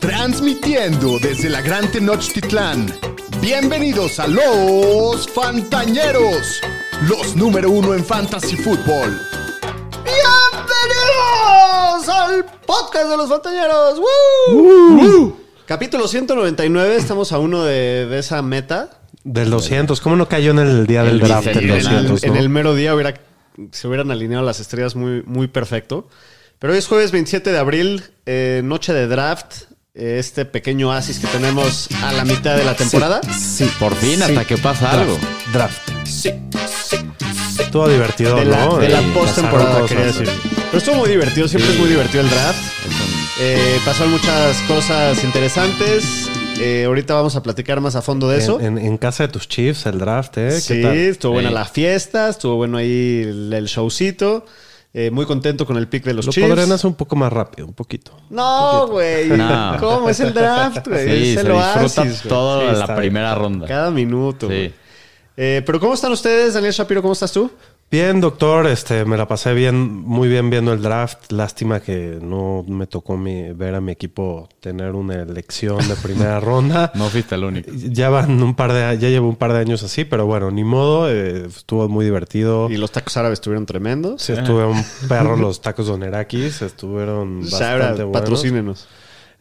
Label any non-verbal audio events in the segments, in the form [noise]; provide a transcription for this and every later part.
Transmitiendo desde la Gran Tenochtitlán. Bienvenidos a los Fantañeros, los número uno en Fantasy Fútbol. ¡Bienvenidos al podcast de los Fantañeros! ¡Woo! Capítulo 199, estamos a uno de, de esa meta. Del 200, ¿cómo no cayó en el día del draft En el el, 200? en no? el mero día hubiera- se hubieran alineado las estrellas muy, muy perfecto. Pero hoy es jueves 27 de abril, eh, noche de draft. eh, Este pequeño oasis que tenemos a la mitad de la temporada. Sí. Por fin, hasta que pasa Draft, algo. Draft. Estuvo divertido, de la, ¿no? de la Eh, postemporada, pasaron quería cosas. decir. Pero estuvo muy divertido, siempre es muy divertido el draft. Eh, pasaron muchas cosas interesantes. Eh, ahorita vamos a platicar más a fondo de eso. En, en- en casa de tus Chiefs, el draft, ¿eh? ¿Qué sí, tal? estuvo buena Sí. la fiesta, estuvo bueno ahí el, el showcito. Eh, muy contento con el pick de los Lo Chiefs. podrían hacer un poco más rápido, un poquito. No, güey. No. ¿Cómo es el draft, güey? Sí, es se el disfruta oasis, güey. toda Sí, la está bien. primera ronda. Cada minuto. Sí. güey. Eh, pero ¿cómo están ustedes, Daniel Shapiro? ¿Cómo estás tú? Bien, doctor, este, me la pasé bien, muy bien viendo el draft. Lástima que no me tocó mi- ver a mi equipo tener una elección de [laughs] primera ronda. No fuiste el único. Ya van un par de, ya llevo un par de años así, pero bueno, ni modo, eh, estuvo muy divertido. Y los tacos árabes estuvieron tremendos. Sí, estuve un perro los tacos donerakis, estuvieron Sabra, bastante buenos. pues, patrocínenos.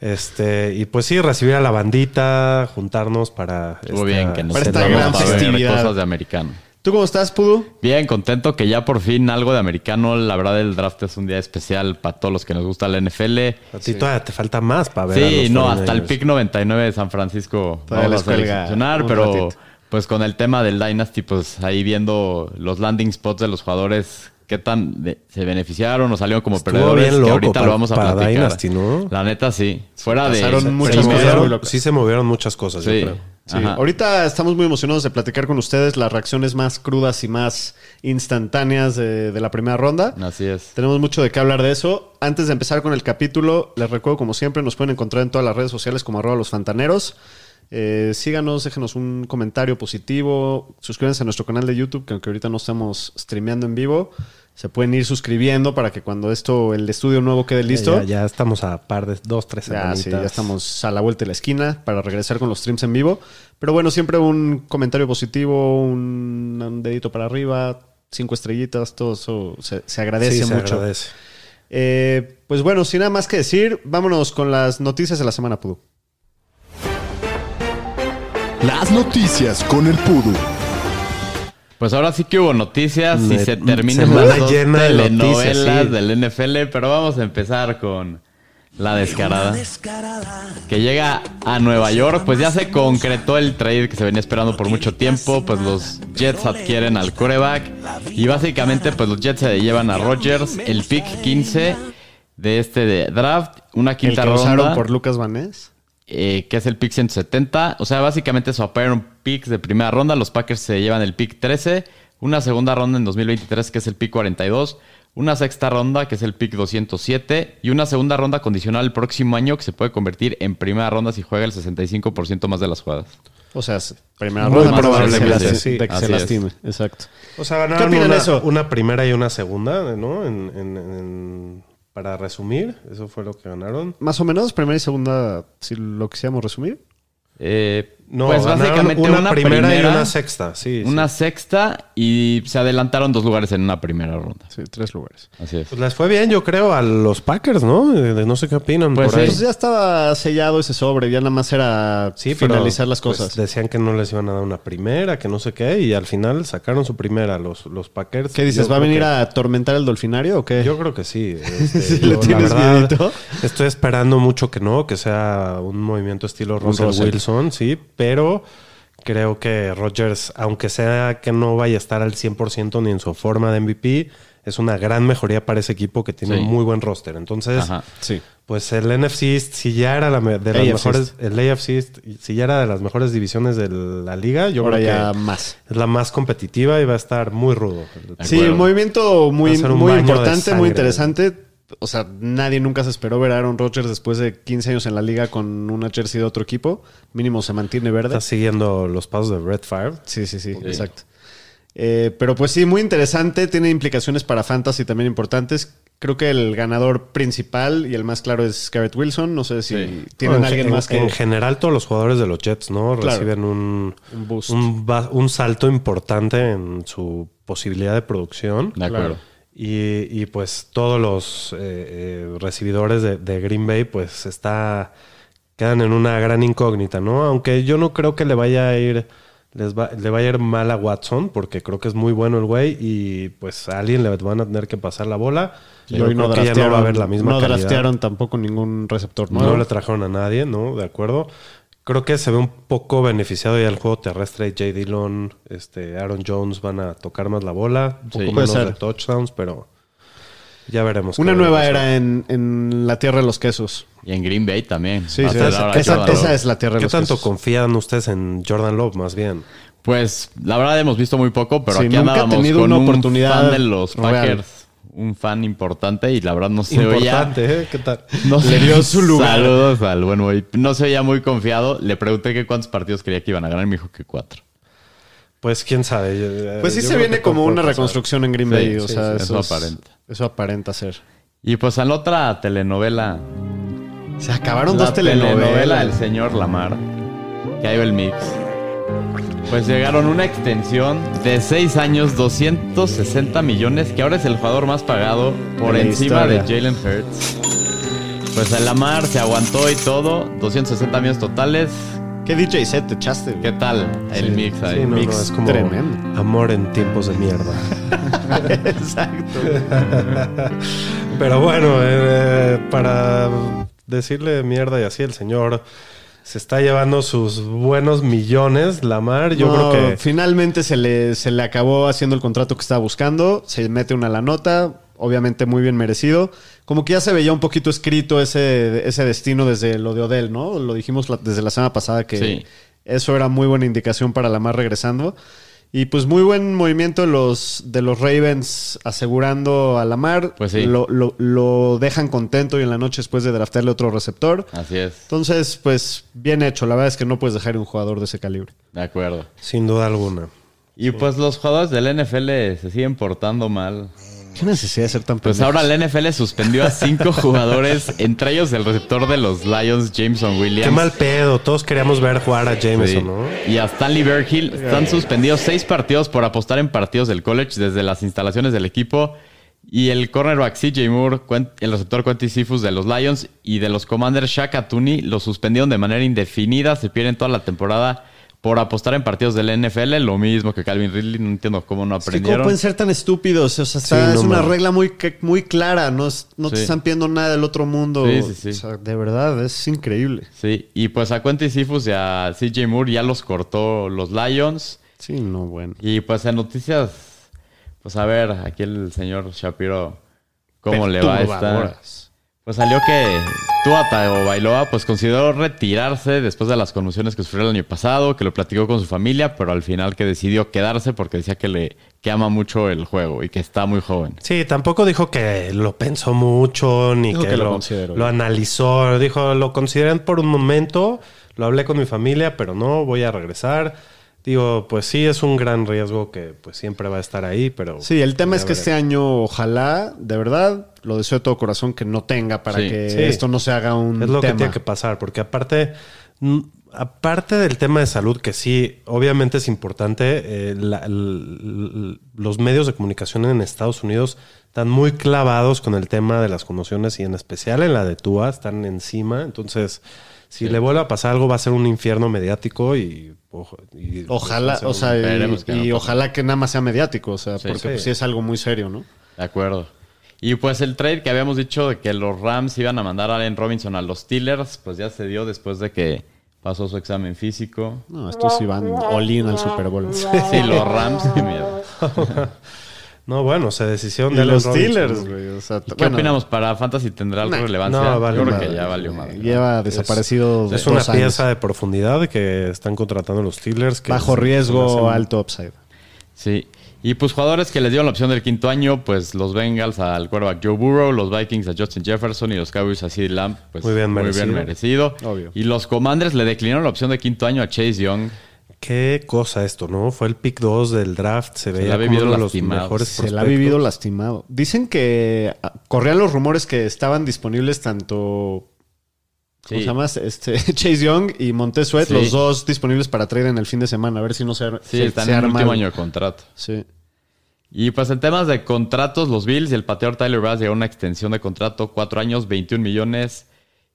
Este, y pues sí, recibir a la bandita, juntarnos para esta- Estuvo bien que nos Para esta sentamos gran para ver festividad. cosas de americano. ¿Tú cómo estás, Pudu? Bien, contento que ya por fin algo de americano. La verdad, el draft es un día especial para todos los que nos gusta la NFL. A ti todavía te falta más para ver. a Sí, los no, hasta el 49ers. pick 99 de San Francisco Todavía vamos a les cuelga seleccionar, un pero ratito. pues con el tema del Dynasty, pues ahí viendo los landing spots de los jugadores, qué tan de- se beneficiaron o salieron como Estuvo perdedores, bien que loco ahorita para- lo vamos a para platicar. Dynasty, ¿no? La neta, sí. Fuera de... Pasaron muchas Se cosas movieron- muy locas. sí se movieron muchas cosas, Sí. yo creo. Sí, Ajá. Ahorita estamos muy emocionados de platicar con ustedes las reacciones más crudas y más instantáneas de, de la primera ronda. Así es. Tenemos mucho de qué hablar de eso. Antes de empezar con el capítulo, les recuerdo, como siempre, nos pueden encontrar en todas las redes sociales como arroba los fantaneros. Eh, síganos, déjenos un comentario positivo. Suscríbanse a nuestro canal de YouTube, que aunque ahorita no estamos streameando en vivo, se pueden ir suscribiendo para que cuando esto, el estudio nuevo quede listo. Ya, ya estamos a par de dos, tres Ya, semanas. sí, ya estamos a la vuelta de la esquina para regresar con los streams en vivo. Pero bueno, siempre un comentario positivo, un, un dedito para arriba, cinco estrellitas, todo eso se, se agradece Sí, se mucho. agradece. Eh, pues bueno, sin nada más que decir, vámonos con las noticias de la semana, Pudu. Las noticias con el Pudu. Pues ahora sí que hubo noticias y Me- se terminan semana las dos llena de telenovelas noticias, sí. del NFL, pero vamos a empezar con la descarada. Que llega a Nueva York, pues ya se concretó el trade que se venía esperando por mucho tiempo, pues los Jets adquieren al coreback y básicamente pues los Jets se llevan a Rodgers el pick 15 de este de draft, una El quinta que usaron ronda por Lucas Vanés. eh, que es el pick 170. O sea, básicamente swaparon picks de primera ronda. Los Packers se llevan el pick 13. Una segunda ronda en 2023, que es el pick 42. Una sexta ronda, que es el pick 207. Y una segunda ronda condicional el próximo año, que se puede convertir en primera ronda si juega el 65% más de las jugadas. O sea, es- primera Muy ronda probable más de que las- sí. de que se Así es. lastime. Exacto. O sea, ganaron opinan una, de eso? una primera y una segunda, ¿no? En- en- en- para resumir, eso fue lo que ganaron. Más o menos, primera y segunda, si lo quisiéramos resumir. Eh, No, pues ganaron básicamente una, primera, y una sexta, sí. sí. Una sexta y se adelantaron dos lugares en una primera ronda. Sí, tres lugares. Así es. Pues les fue bien, yo creo, a los Packers, ¿no? Eh, No sé qué opinan Pues por ahí. Pues ya estaba sellado ese sobre, ya nada más era pero, finalizar las pues, cosas. decían que no les iban a dar una primera, que no sé qué, y al final sacaron su primera los, los Packers. ¿Qué dices? Yo ¿Va a creo venir que- a atormentar el dolfinario o qué? Yo creo que sí. este, [laughs] ¿Sí yo, le la tienes verdad, miedito? Estoy esperando mucho que no, que sea un movimiento estilo Russell, Russell. Wilson, sí, pero creo que Rodgers, aunque sea que no vaya a estar al 100% ni en su forma de MVP, es una gran mejoría para ese equipo que tiene Sí. un muy buen roster. Entonces, Ajá. sí. pues el NFC, East, si ya era la me- de las AFC. mejores, el AFC, East, si ya era de las mejores divisiones de la liga, yo Ahora creo ya que más. es la más competitiva y va a estar muy rudo. De Sí, acuerdo. un movimiento Va muy, a ser un muy baño de importante, muy sangre. interesante. O sea, nadie nunca se esperó ver a Aaron Rodgers después de 15 años en la liga con una jersey de otro equipo. Mínimo se mantiene verde. Está siguiendo los pasos de Red Fire. Sí, sí, sí, exacto. Eh, pero pues sí, muy interesante. Tiene implicaciones para fantasy también importantes. Creo que el ganador principal y el más claro es Garrett Wilson. No sé si Sí. tienen Bueno, Oh, en alguien gen- más que. En general, todos los jugadores de los Jets, ¿no? Claro. Reciben un, Un boost. un ba- un salto importante en su posibilidad de producción. De acuerdo. Y, y, pues todos los eh, eh, recibidores de, de Green Bay, pues está. quedan en una gran incógnita, ¿no? Aunque yo no creo que le vaya a ir. Les va- le vaya a ir mal a Watson, porque creo que es muy bueno el güey. Y pues a alguien le van a tener que pasar la bola. Y Yo hoy no creo que ya draftearon, no va a haber la misma no calidad. draftearon tampoco ningún receptor No, nuevo. le trajeron a nadie, ¿no? De acuerdo. Creo que se ve un poco beneficiado ya el juego terrestre. J. Dillon, este, Aaron Jones van a tocar más la bola. Un poco Sí. Puede menos ser. de touchdowns, pero ya veremos. Una qué nueva veremos. era en, en la tierra de los quesos. Y en Green Bay también. Sí, Va a sí, ser esa- ahora esa- Jordan Love. esa es la tierra de ¿Qué los tanto quesos. confían ustedes en Jordan Love, más bien? Pues la verdad hemos visto muy poco, pero Sí, aquí nunca ha andábamos tenido con una un oportunidad fan de los real. Packers, un fan importante y la verdad no se Importante, ¿eh? ¿Qué tal? oía. [laughs] No Le se- dio su lugar. Saludos al buen güey. No se oía muy confiado. Le pregunté que cuántos partidos creía que iban a ganar y me dijo que cuatro. Pues quién sabe. yo- Pues sí se yo creo viene que como puede una pasar. reconstrucción en Green Sí, Bay. o sí, sea, sí, eso, eso es- aparenta. Eso aparenta ser. Y pues a la otra telenovela. Se acabaron la dos telenovelas. telenovela del señor Lamar. Que ahí va el mix. Pues llegaron una extensión de 6 años, 260 millones, que ahora es el jugador más pagado por De la encima historia. de Jalen Hurts. Pues el Lamar se aguantó y todo, 260 millones totales. ¿Qué DJ set te echaste? güey? ¿Qué tal el mix ahí? Sí, no, no, Mix es como tremendo. amor en tiempos de mierda. Exacto. Pero bueno, eh, para decirle mierda y así, el señor se está llevando sus buenos millones, Lamar. Yo No, creo que. finalmente se le, se le acabó haciendo el contrato que estaba buscando, se mete una a la nota, obviamente muy bien merecido. Como que ya se veía un poquito escrito ese, ese destino desde lo de Odell, ¿no? Lo dijimos la- desde la semana pasada que Sí. eso era muy buena indicación para Lamar regresando. Y pues muy buen movimiento de los, de los Ravens asegurando a Lamar. Pues sí. Lo, lo- lo dejan contento y en la noche después de draftarle otro receptor. Así es, Entonces, pues bien hecho. La verdad es que no puedes dejar ir un jugador de ese calibre. de acuerdo. Sin duda alguna. Y pues los jugadores del NFL se siguen portando mal. ¿Qué necesidad de ser tan Pues ahora la NFL suspendió [laughs] a cinco jugadores, entre ellos el receptor de los Lions, Jameson Williams. Qué mal pedo. Todos queríamos ver jugar a Jameson, Sí. ¿no? eh. Y a Stanley Berghill están suspendidos seis partidos por apostar en partidos del college desde las instalaciones del equipo. Y el cornerback CJ Moore, Quen- el receptor Quentin Sifus de los Lions y de los Commanders Shaka Tooney los suspendieron de manera indefinida. Se pierden toda la temporada por apostar en partidos del NFL. Lo mismo que Calvin Ridley. No entiendo cómo no Es que ¿Cómo aprendieron. pueden ser tan estúpidos? O sea, está- Sí, no es una mames. regla muy, que- muy clara. No, es- no te Sí. están pidiendo nada del otro mundo. Sí, sí, sí. O sea, de verdad, es increíble. Sí, y pues a Quentin Sifus y a CJ Moore ya los cortó los Lions. Sí, no, bueno. Y pues en noticias, pues a ver, aquí el señor Shapiro, ¿cómo le va a estar? Perturbadoras. Pues salió que Tua Bailoa pues consideró retirarse después de las conmociones que sufrió el año pasado, que lo platicó con su familia, pero al final que decidió quedarse porque decía que le que ama mucho el juego y que está muy joven. Sí, tampoco dijo que lo pensó mucho ni Dijo que, que lo lo, consideró. lo analizó. Dijo, lo consideré por un momento, lo hablé con mi familia, pero no, voy a regresar. Digo, pues sí, es un gran riesgo que pues siempre va a estar ahí, pero... Sí, el tema ya es que veremos. este año, ojalá, de verdad, lo deseo de todo corazón que no tenga para Sí. que Sí. esto no se haga un Es lo que tema. tiene que pasar, porque aparte, mm, aparte del tema de salud, que sí, obviamente es importante, eh, la- l- l- los medios de comunicación en Estados Unidos están muy clavados con el tema de las conmociones y en especial en la de Tua, están encima, entonces... Si le vuelve a pasar algo, va a ser un infierno mediático y. ojo- y- va Ojalá, a ser o un- sea, y, Esperemos que no y pase. ojalá que nada más sea mediático, o sea, Sí, porque sí. pues, sí es algo muy serio, ¿no? De acuerdo. Y pues el trade que habíamos dicho de que los Rams iban a mandar a Allen Robinson a los Steelers, pues ya se dio después de que pasó su examen físico. No, estos iban all-in al Super Bowl. [laughs] Sí, los Rams, qué miedo. No, bueno, se decisión De los Allen Robinson. Steelers, güey. O sea, ¿Qué bueno, opinamos para Fantasy? ¿Tendrá alguna Nah. relevancia? No, vale Yo creo madre. que ya valió madre. eh, Lleva desaparecido Es dos una años. pieza de profundidad que están contratando los Steelers. que bajo se- se riesgo, hacen- alto upside. Sí. Y pues jugadores que les dieron la opción del quinto año, pues los Bengals al quarterback Joe Burrow, los Vikings a Justin Jefferson y los Cowboys a CeeDee Lamb, pues Muy bien merecido. merecido. Obvio. Y los Commanders le declinaron la opción de quinto año a Chase Young. Qué cosa esto, ¿no? Fue el pick 2 del draft, se veía la ha como vivido uno de los lastimado. mejores Se la ha prospectos. vivido lastimado. Dicen que ah, corrían los rumores que estaban disponibles tanto. ¿Cómo Sí. se llama? Este, [laughs] Chase Young y Montez Sweat, Sí. los dos disponibles para trade en el fin de semana. A ver si no se, ar- Sí, se- están se en el arma último algo. año de contrato. Sí. Y pues en temas de contratos, los Bills y el pateador Tyler Bass llegaron a una extensión de contrato, cuatro años, 21 millones.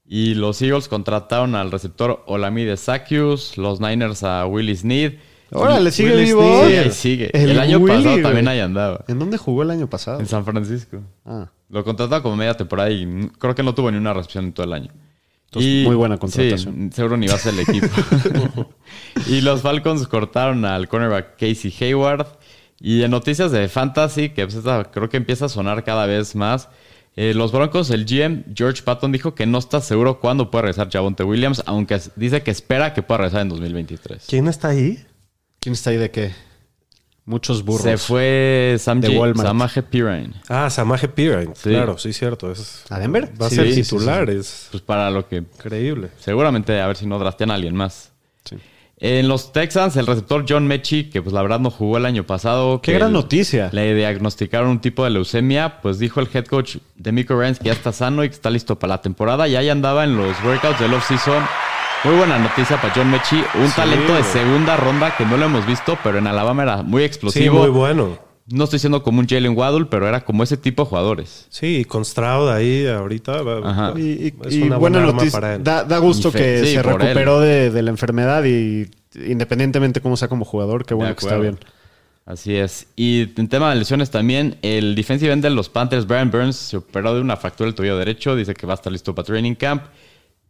Y los Eagles contrataron al receptor Olamide Sakius, los Niners a Willie Sneed. Órale, sigue Will vivo. Sí, Sneed. ahí sigue. El, año Willy, pasado güey. también ahí andaba, ¿En dónde jugó el año pasado? en San Francisco. Ah, Lo contrató como media temporada y n- creo que no tuvo ni una recepción en todo el año. Entonces, muy buena contratación. sí, seguro ni va a ser el equipo. [laughs] [laughs] y los Falcons cortaron al cornerback Casey Hayward. Y en noticias de Fantasy, que pues esta creo que empieza a sonar cada vez más, eh, los Broncos, el GM George Patton dijo que no está seguro cuándo puede regresar Javonte Williams, aunque es- dice que espera que pueda regresar en 2023. ¿Quién está ahí? ¿quién está ahí de qué? Muchos burros. Se fue Sam De G- Walmart. Samaje Pirine. Ah, Samaje Piran. Sí. Claro, sí, cierto. Es, ¿A Denver? va a Sí, ser sí, sí, titular, sí. es Pues para lo que increíble. Seguramente a ver si no draftean a alguien más. Sí. En los Texans, el receptor John Mechie, que pues la verdad no jugó el año pasado. Qué que gran el- noticia. Le diagnosticaron un tipo de leucemia. Pues dijo el head coach de Miko Rens que ya está sano y que está listo para la temporada. Y ahí andaba en los workouts del offseason. Muy buena noticia para John Mechie. Un talento de güey. segunda ronda que no lo hemos visto, pero en Alabama era muy Sí, explosivo. muy bueno. No estoy siendo como un Jalen Waddle, pero era como ese tipo de jugadores. Sí, y con Stroud ahí ahorita. va- Ajá. Y, y- es y una buena buena, arma noticia. para él. Da, da gusto Infe- que sí, se por recuperó de, de la enfermedad y independientemente cómo sea como jugador, qué bueno que está acuerdo. bien. Así es. Y en tema de lesiones también, el defensive end de los Panthers, Brian Burns, se operó de una fractura del tobillo derecho. Dice que va a estar listo para training camp.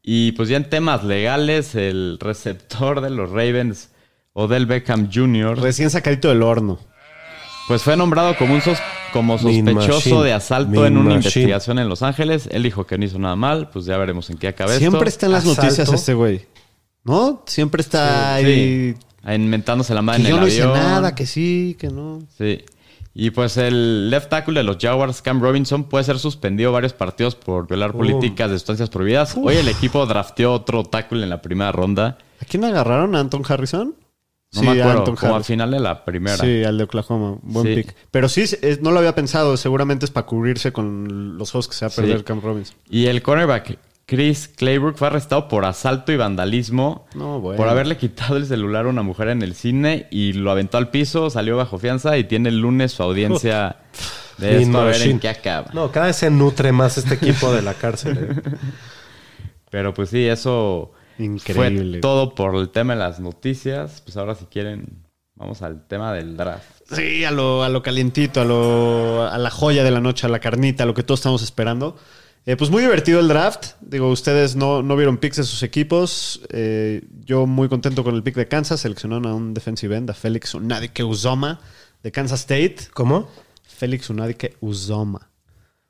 Y pues ya en temas legales, el receptor de los Ravens, Odell Beckham Jr., Recién sacadito del horno. pues fue nombrado como un sos- como Mean sospechoso Machine. de asalto Mean en una Machine. investigación en Los Ángeles. Él dijo que no hizo nada mal. Pues ya veremos en qué acaba esto. Siempre está en las asalto. noticias este güey. ¿No? Siempre está ahí. Sí, inventándose la madre Que en yo el no hice avión. nada, que sí, que no. Sí. Y pues el left tackle de los Jaguars, Cam Robinson, puede ser suspendido varios partidos por Uh. violar políticas de sustancias prohibidas. Hoy el equipo drafteó otro tackle en la primera ronda. ¿A quién agarraron? ¿A Anton Harrison? No me acuerdo, Anton como al Harrison. final de la primera. Sí, al de Oklahoma. Buen Sí. pick. Pero sí, es- no lo había pensado. Seguramente es para cubrirse con los juegos que se va a perder Sí. Cam Robinson. Y el cornerback Chris Claybrook fue arrestado por asalto y vandalismo. No, bueno. Por haberle quitado el celular a una mujer en el cine y lo aventó al piso, salió bajo fianza y tiene el lunes su [laughs] audiencia de Mean esto a ver en Machine. qué acaba. No, cada vez se nutre más este equipo de la cárcel. [laughs] ¿eh? Pero pues sí, eso Increíble. fue todo por el tema de las noticias. Pues ahora si quieren, vamos al tema del draft. Sí, a lo, a lo calientito, a, lo, a la joya de la noche, a la carnita, a lo que todos estamos esperando. Eh, pues muy divertido el draft. Digo, ustedes no, no vieron picks de sus equipos. Eh, yo muy contento con el pick de Kansas. Seleccionaron a un defensive end, a Félix Unadike Uzoma, de Kansas State. ¿Cómo? Félix Unadike Uzoma.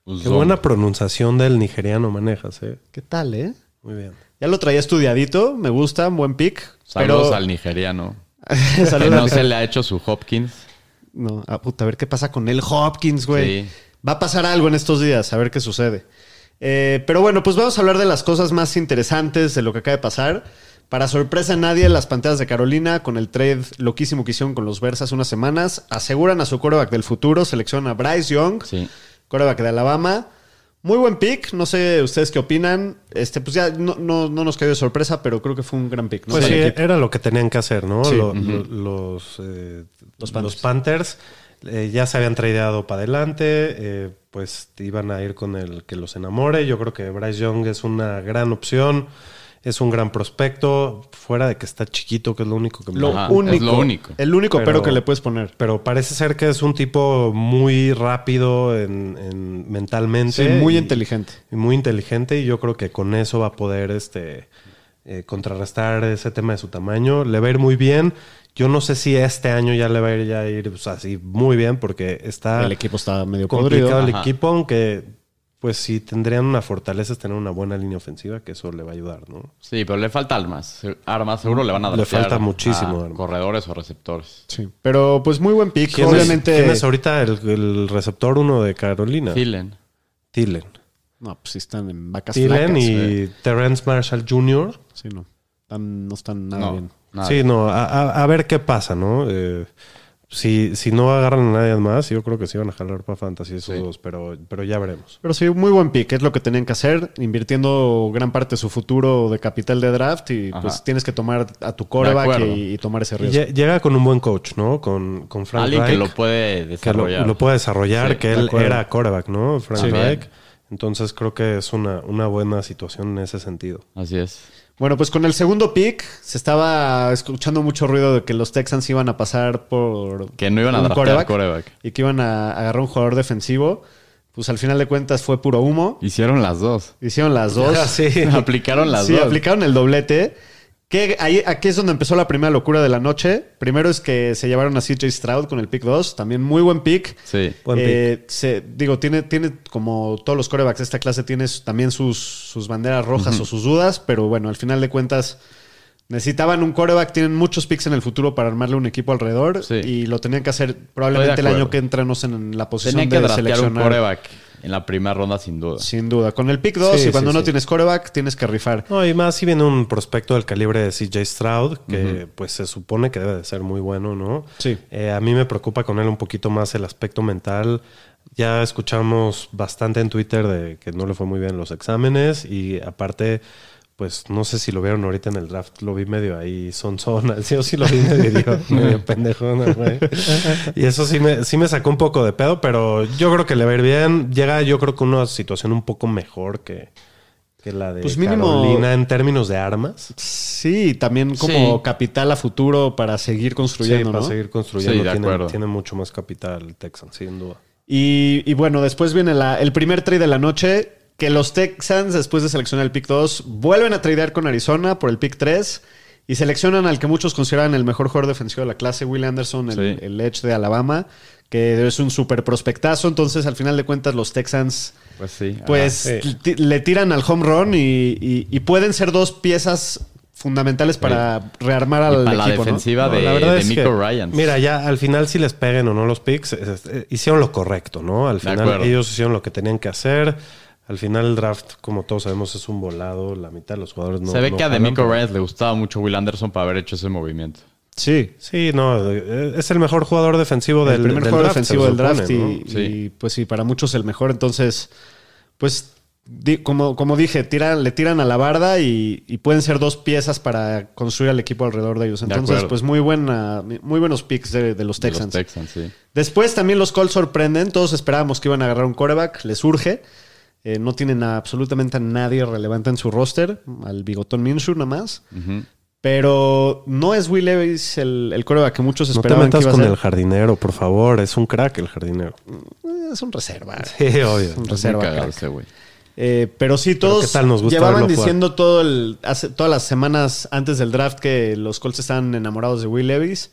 Pues, Qué oh, buena pronunciación del nigeriano manejas, ¿eh? ¿Qué tal, eh? Muy bien. Ya lo traía estudiadito. Me gusta, buen pick. Saludos pero- al nigeriano. [laughs] Saludos que al no Nigeria. se le ha hecho su Hopkins. No, ah, puta, a ver qué pasa con el Hopkins, güey. Sí. Va a pasar algo en estos días, a ver qué sucede. Eh, pero bueno, pues vamos a hablar de las cosas más interesantes de lo que acaba de pasar. Para sorpresa de nadie, las panteras de Carolina, con el trade loquísimo que hicieron con los Versas unas semanas, aseguran a su coreback del futuro, selecciona a Bryce Young, Sí. coreback de Alabama. Muy buen pick, no sé ustedes qué opinan. Este, pues ya no, no- no nos cayó de sorpresa, pero creo que fue un gran pick. ¿no? Pues sí, Para el equipo. era lo que tenían que hacer, ¿no? Sí. Lo- lo- los, eh, los Panthers, Panthers. eh, ya se habían tradeado para adelante, eh, pues iban a ir con el que los enamore. Yo creo que Bryce Young es una gran opción, es un gran prospecto, fuera de que está chiquito, que es lo único que me Lo Ajá, es único, lo único. El único pero, Pero- que le puedes poner. Pero parece ser que es un tipo muy rápido en, en- mentalmente. Sí, muy y- inteligente. y muy inteligente y yo creo que con eso va a poder este eh, contrarrestar ese tema de su tamaño. Le va a ir muy bien. Yo no sé si este año ya le va a ir, ya ir pues, así muy bien porque está El equipo está medio complicado podrido. el Ajá. equipo, aunque pues sí tendrían una fortaleza es tener una buena línea ofensiva que eso le va a ayudar, ¿no? Sí, pero le falta armas. Armas seguro le van a Le draftear falta a muchísimo arma. Corredores o receptores. Sí, pero pues muy buen pick. ¿Quién, Obviamente. es, quién es ahorita el, el receptor uno de Carolina? Thielen. Tillen. No, pues sí están en vacas Tillen flacas, y eh. Terrence Marshall Jr. Sí, no. tan- no están nada No, bien. nada. Sí, no, a, a- a ver qué pasa, ¿no? Eh, si, si no agarran a nadie más, yo creo que sí van a jalar para Fantasy esos Sí. dos, pero, pero ya veremos. Pero sí, muy buen pick, es lo que tenían que hacer, invirtiendo gran parte de su futuro de capital de draft y Ajá. pues tienes que tomar a tu De coreback acuerdo. y, y tomar ese Y riesgo. lle- llega con un buen coach, ¿no? Con, con Frank Alguien que Reich, lo puede que lo, desarrollar. lo pueda desarrollar, Sí, que de él acuerdo. era quarterback, ¿no? Frank Sí. Reich. Entonces creo que es una, una buena situación en ese sentido. Así es. Bueno, pues con el segundo pick se estaba escuchando mucho ruido de que los Texans iban a pasar por Que no iban a un quarterback draftear quarterback. y que iban a agarrar un jugador defensivo. Pues al final de cuentas fue puro humo. Hicieron las dos. Hicieron [laughs] las dos. sí. Aplicaron las sí, dos. aplicaron el doblete. Que ahí, aquí es donde empezó la primera locura de la noche. Primero es que se llevaron a CJ Stroud con el pick 2, también muy buen pick. Sí. Buen Eh, se- digo, tiene, tiene como todos los corebacks de esta clase, tiene su- también sus, sus banderas rojas o sus dudas, pero bueno, al final de cuentas necesitaban un coreback, tienen muchos picks en el futuro para armarle un equipo alrededor Sí. y lo tenían que hacer probablemente el acuerdo. año que entra, no sé, en la posición Tenían que Pues, de draftear un seleccionar. coreback en la primera ronda, sin duda. Sin duda, con el pick 2 Sí, y cuando sí, no sí. tienes coreback tienes que rifar. No, y más si viene un prospecto del calibre de CJ Stroud, que pues se supone que debe de ser muy bueno, ¿no? Sí. Eh, a mí me preocupa con él un poquito más el aspecto mental. Ya escuchamos bastante en Twitter de que no le fue muy bien los exámenes y aparte, pues no sé si lo vieron ahorita en el draft, lo vi medio ahí sonzona. [laughs] Sí, yo sí lo vi medio, idiota, medio pendejona, güey. Y eso sí me, sí me sacó un poco de pedo, pero yo creo que le va a ir bien. Llega yo creo que una situación un poco mejor que... Que la de Pues mínimo- Carolina en términos de armas. Sí, también como Sí. capital a futuro para seguir Sí, construyendo, Pues para ¿no? seguir construyendo. Sí, de tiene- acuerdo. tiene, mucho más capital Texan, sin duda. Y, y bueno, después viene la- el primer trade de la noche, que los Texans, después de seleccionar el pick 2, vuelven a tradear con Arizona por el pick 3 y seleccionan al que muchos consideran el mejor jugador defensivo de la clase, Will Anderson, el, Sí. el Edge de Alabama, que es un super prospectazo. Entonces, al final de cuentas, los Texans... Pues sí. Pues Ajá. Sí. ti- le tiran al home run y, y- y pueden ser dos piezas fundamentales para rearmar Y al para la equipo, ¿no? defensiva No, de, la verdad de es que, Miko Ryan. Mira, ya al final si les peguen o no los picks, es- es- eh, hicieron lo correcto, ¿no? Al final acuerdo. ellos hicieron lo que tenían que hacer. Al final el draft, como todos sabemos, es un volado. La mitad de los jugadores no se ve no que a jalan, Demico pero- Ryan le gustaba mucho Will Anderson para haber hecho ese movimiento. Sí. Sí, no, eh, es el mejor jugador defensivo El del, primer del jugador draft, defensivo se del draft supone, ¿no? y, Sí. y, pues sí, para muchos el mejor. Entonces, pues di- como, como dije, tiran, le tiran a la barda y, y pueden ser dos piezas para construir al equipo alrededor de ellos. Entonces, acuerdo. pues muy, buena, muy buenos picks de, de los De Texans. Los Texans, sí. Después también los Colts sorprenden. Todos esperábamos que iban a agarrar un coreback. Les surge. Eh, no tienen a absolutamente a nadie relevante en su roster. Al bigotón Minshew nada más. Ujú. Pero no es Will Levis el, el coreback que muchos No te esperaban que metas iba a con ser. el jardinero, por favor. Es un crack el jardinero. Eh, Es un reserva. [laughs] Sí, Es un obvio. Es muy reserva. cagado crack. ese güey. Eh, pero sí, Pero todos ¿qué tal nos gusta llevaban verlo jugar? diciendo todo el, hace- todas las semanas antes del draft que los Colts estaban enamorados de Will Levis.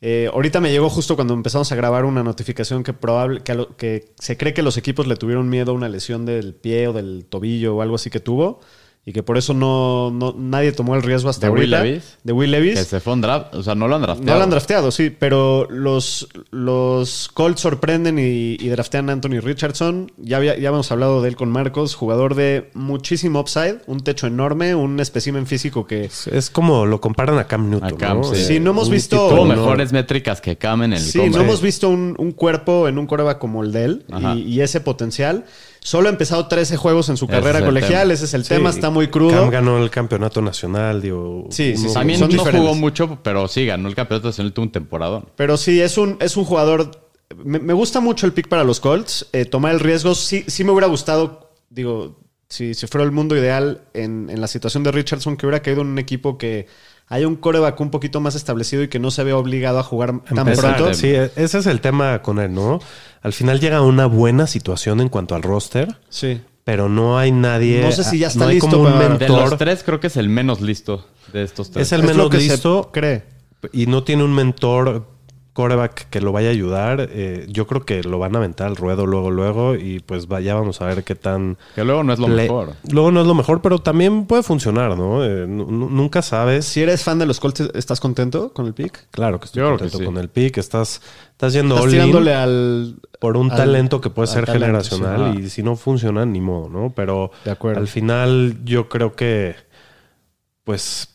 Eh, ahorita me llegó justo cuando empezamos a grabar una notificación que probable que, a lo- que se cree que los equipos le tuvieron miedo a una lesión del pie o del tobillo o algo así que tuvo y que por eso no, no- nadie tomó el riesgo hasta ¿De Will ahorita. Levis? De Will Levis. Que se fue un draft. O sea, no lo han drafteado. No lo han drafteado, sí, pero los, los Colts sorprenden y, y draftean a Anthony Richardson. Ya, había- ya habíamos hablado de él con Marcos, jugador de muchísimo upside, un techo enorme, un espécimen físico que... Es- Es como lo comparan a Cam Newton. A Cam, ¿no? sí. Eh, Sí, no hemos un visto- tipo, Tuvo No. mejores métricas que Cam en el Sí, combine. no hemos visto un, un cuerpo en un coreba como el de él Ajá. y, y ese potencial. Solo ha empezado 13 juegos en su Ese carrera es el colegial, tema. ese es el Sí, tema, está muy crudo. Cam ganó el campeonato nacional, digo. Sí, sí, uno- sí. También Son no jugó diferentes. mucho, pero sí ganó el campeonato nacional. Tuvo un temporadón. Pero sí, es un, es un jugador. Me, me gusta mucho el pick para los Colts. eh, tomar el riesgo. Sí, sí me hubiera gustado, digo, si, si fuera el mundo ideal en, en la situación de Richardson, que hubiera caído en un equipo que haya un coreback un poquito más establecido y que no se vea obligado a jugar tan Empezar, pronto. Sí, e- ese es el tema con él, ¿no? Al final llega una buena situación en cuanto al roster, Sí. pero no hay nadie. No sé si ya está hay listo como un para- De los mentor. tres, creo que es el menos listo de estos tres. Es el Es lo menos que se listo. cree. Y no tiene un mentor coreback que lo vaya a ayudar. eh, yo creo que lo van a aventar al ruedo luego, luego. Y pues vaya, vamos a ver qué tan. Que luego no es lo le- mejor. Luego no es lo mejor, pero también puede funcionar, ¿no? Eh, nu- nu- nunca sabes. Si eres fan de los Colts, ¿estás contento con el pick? Claro que estoy Yo creo que contento sí. con el pick. Estás, estás yendo Estás all in tirándole al. por un al- talento que puede al ser talento, generacional sí. y si no funciona, ni modo, ¿no? Pero De acuerdo. al final yo creo que, pues,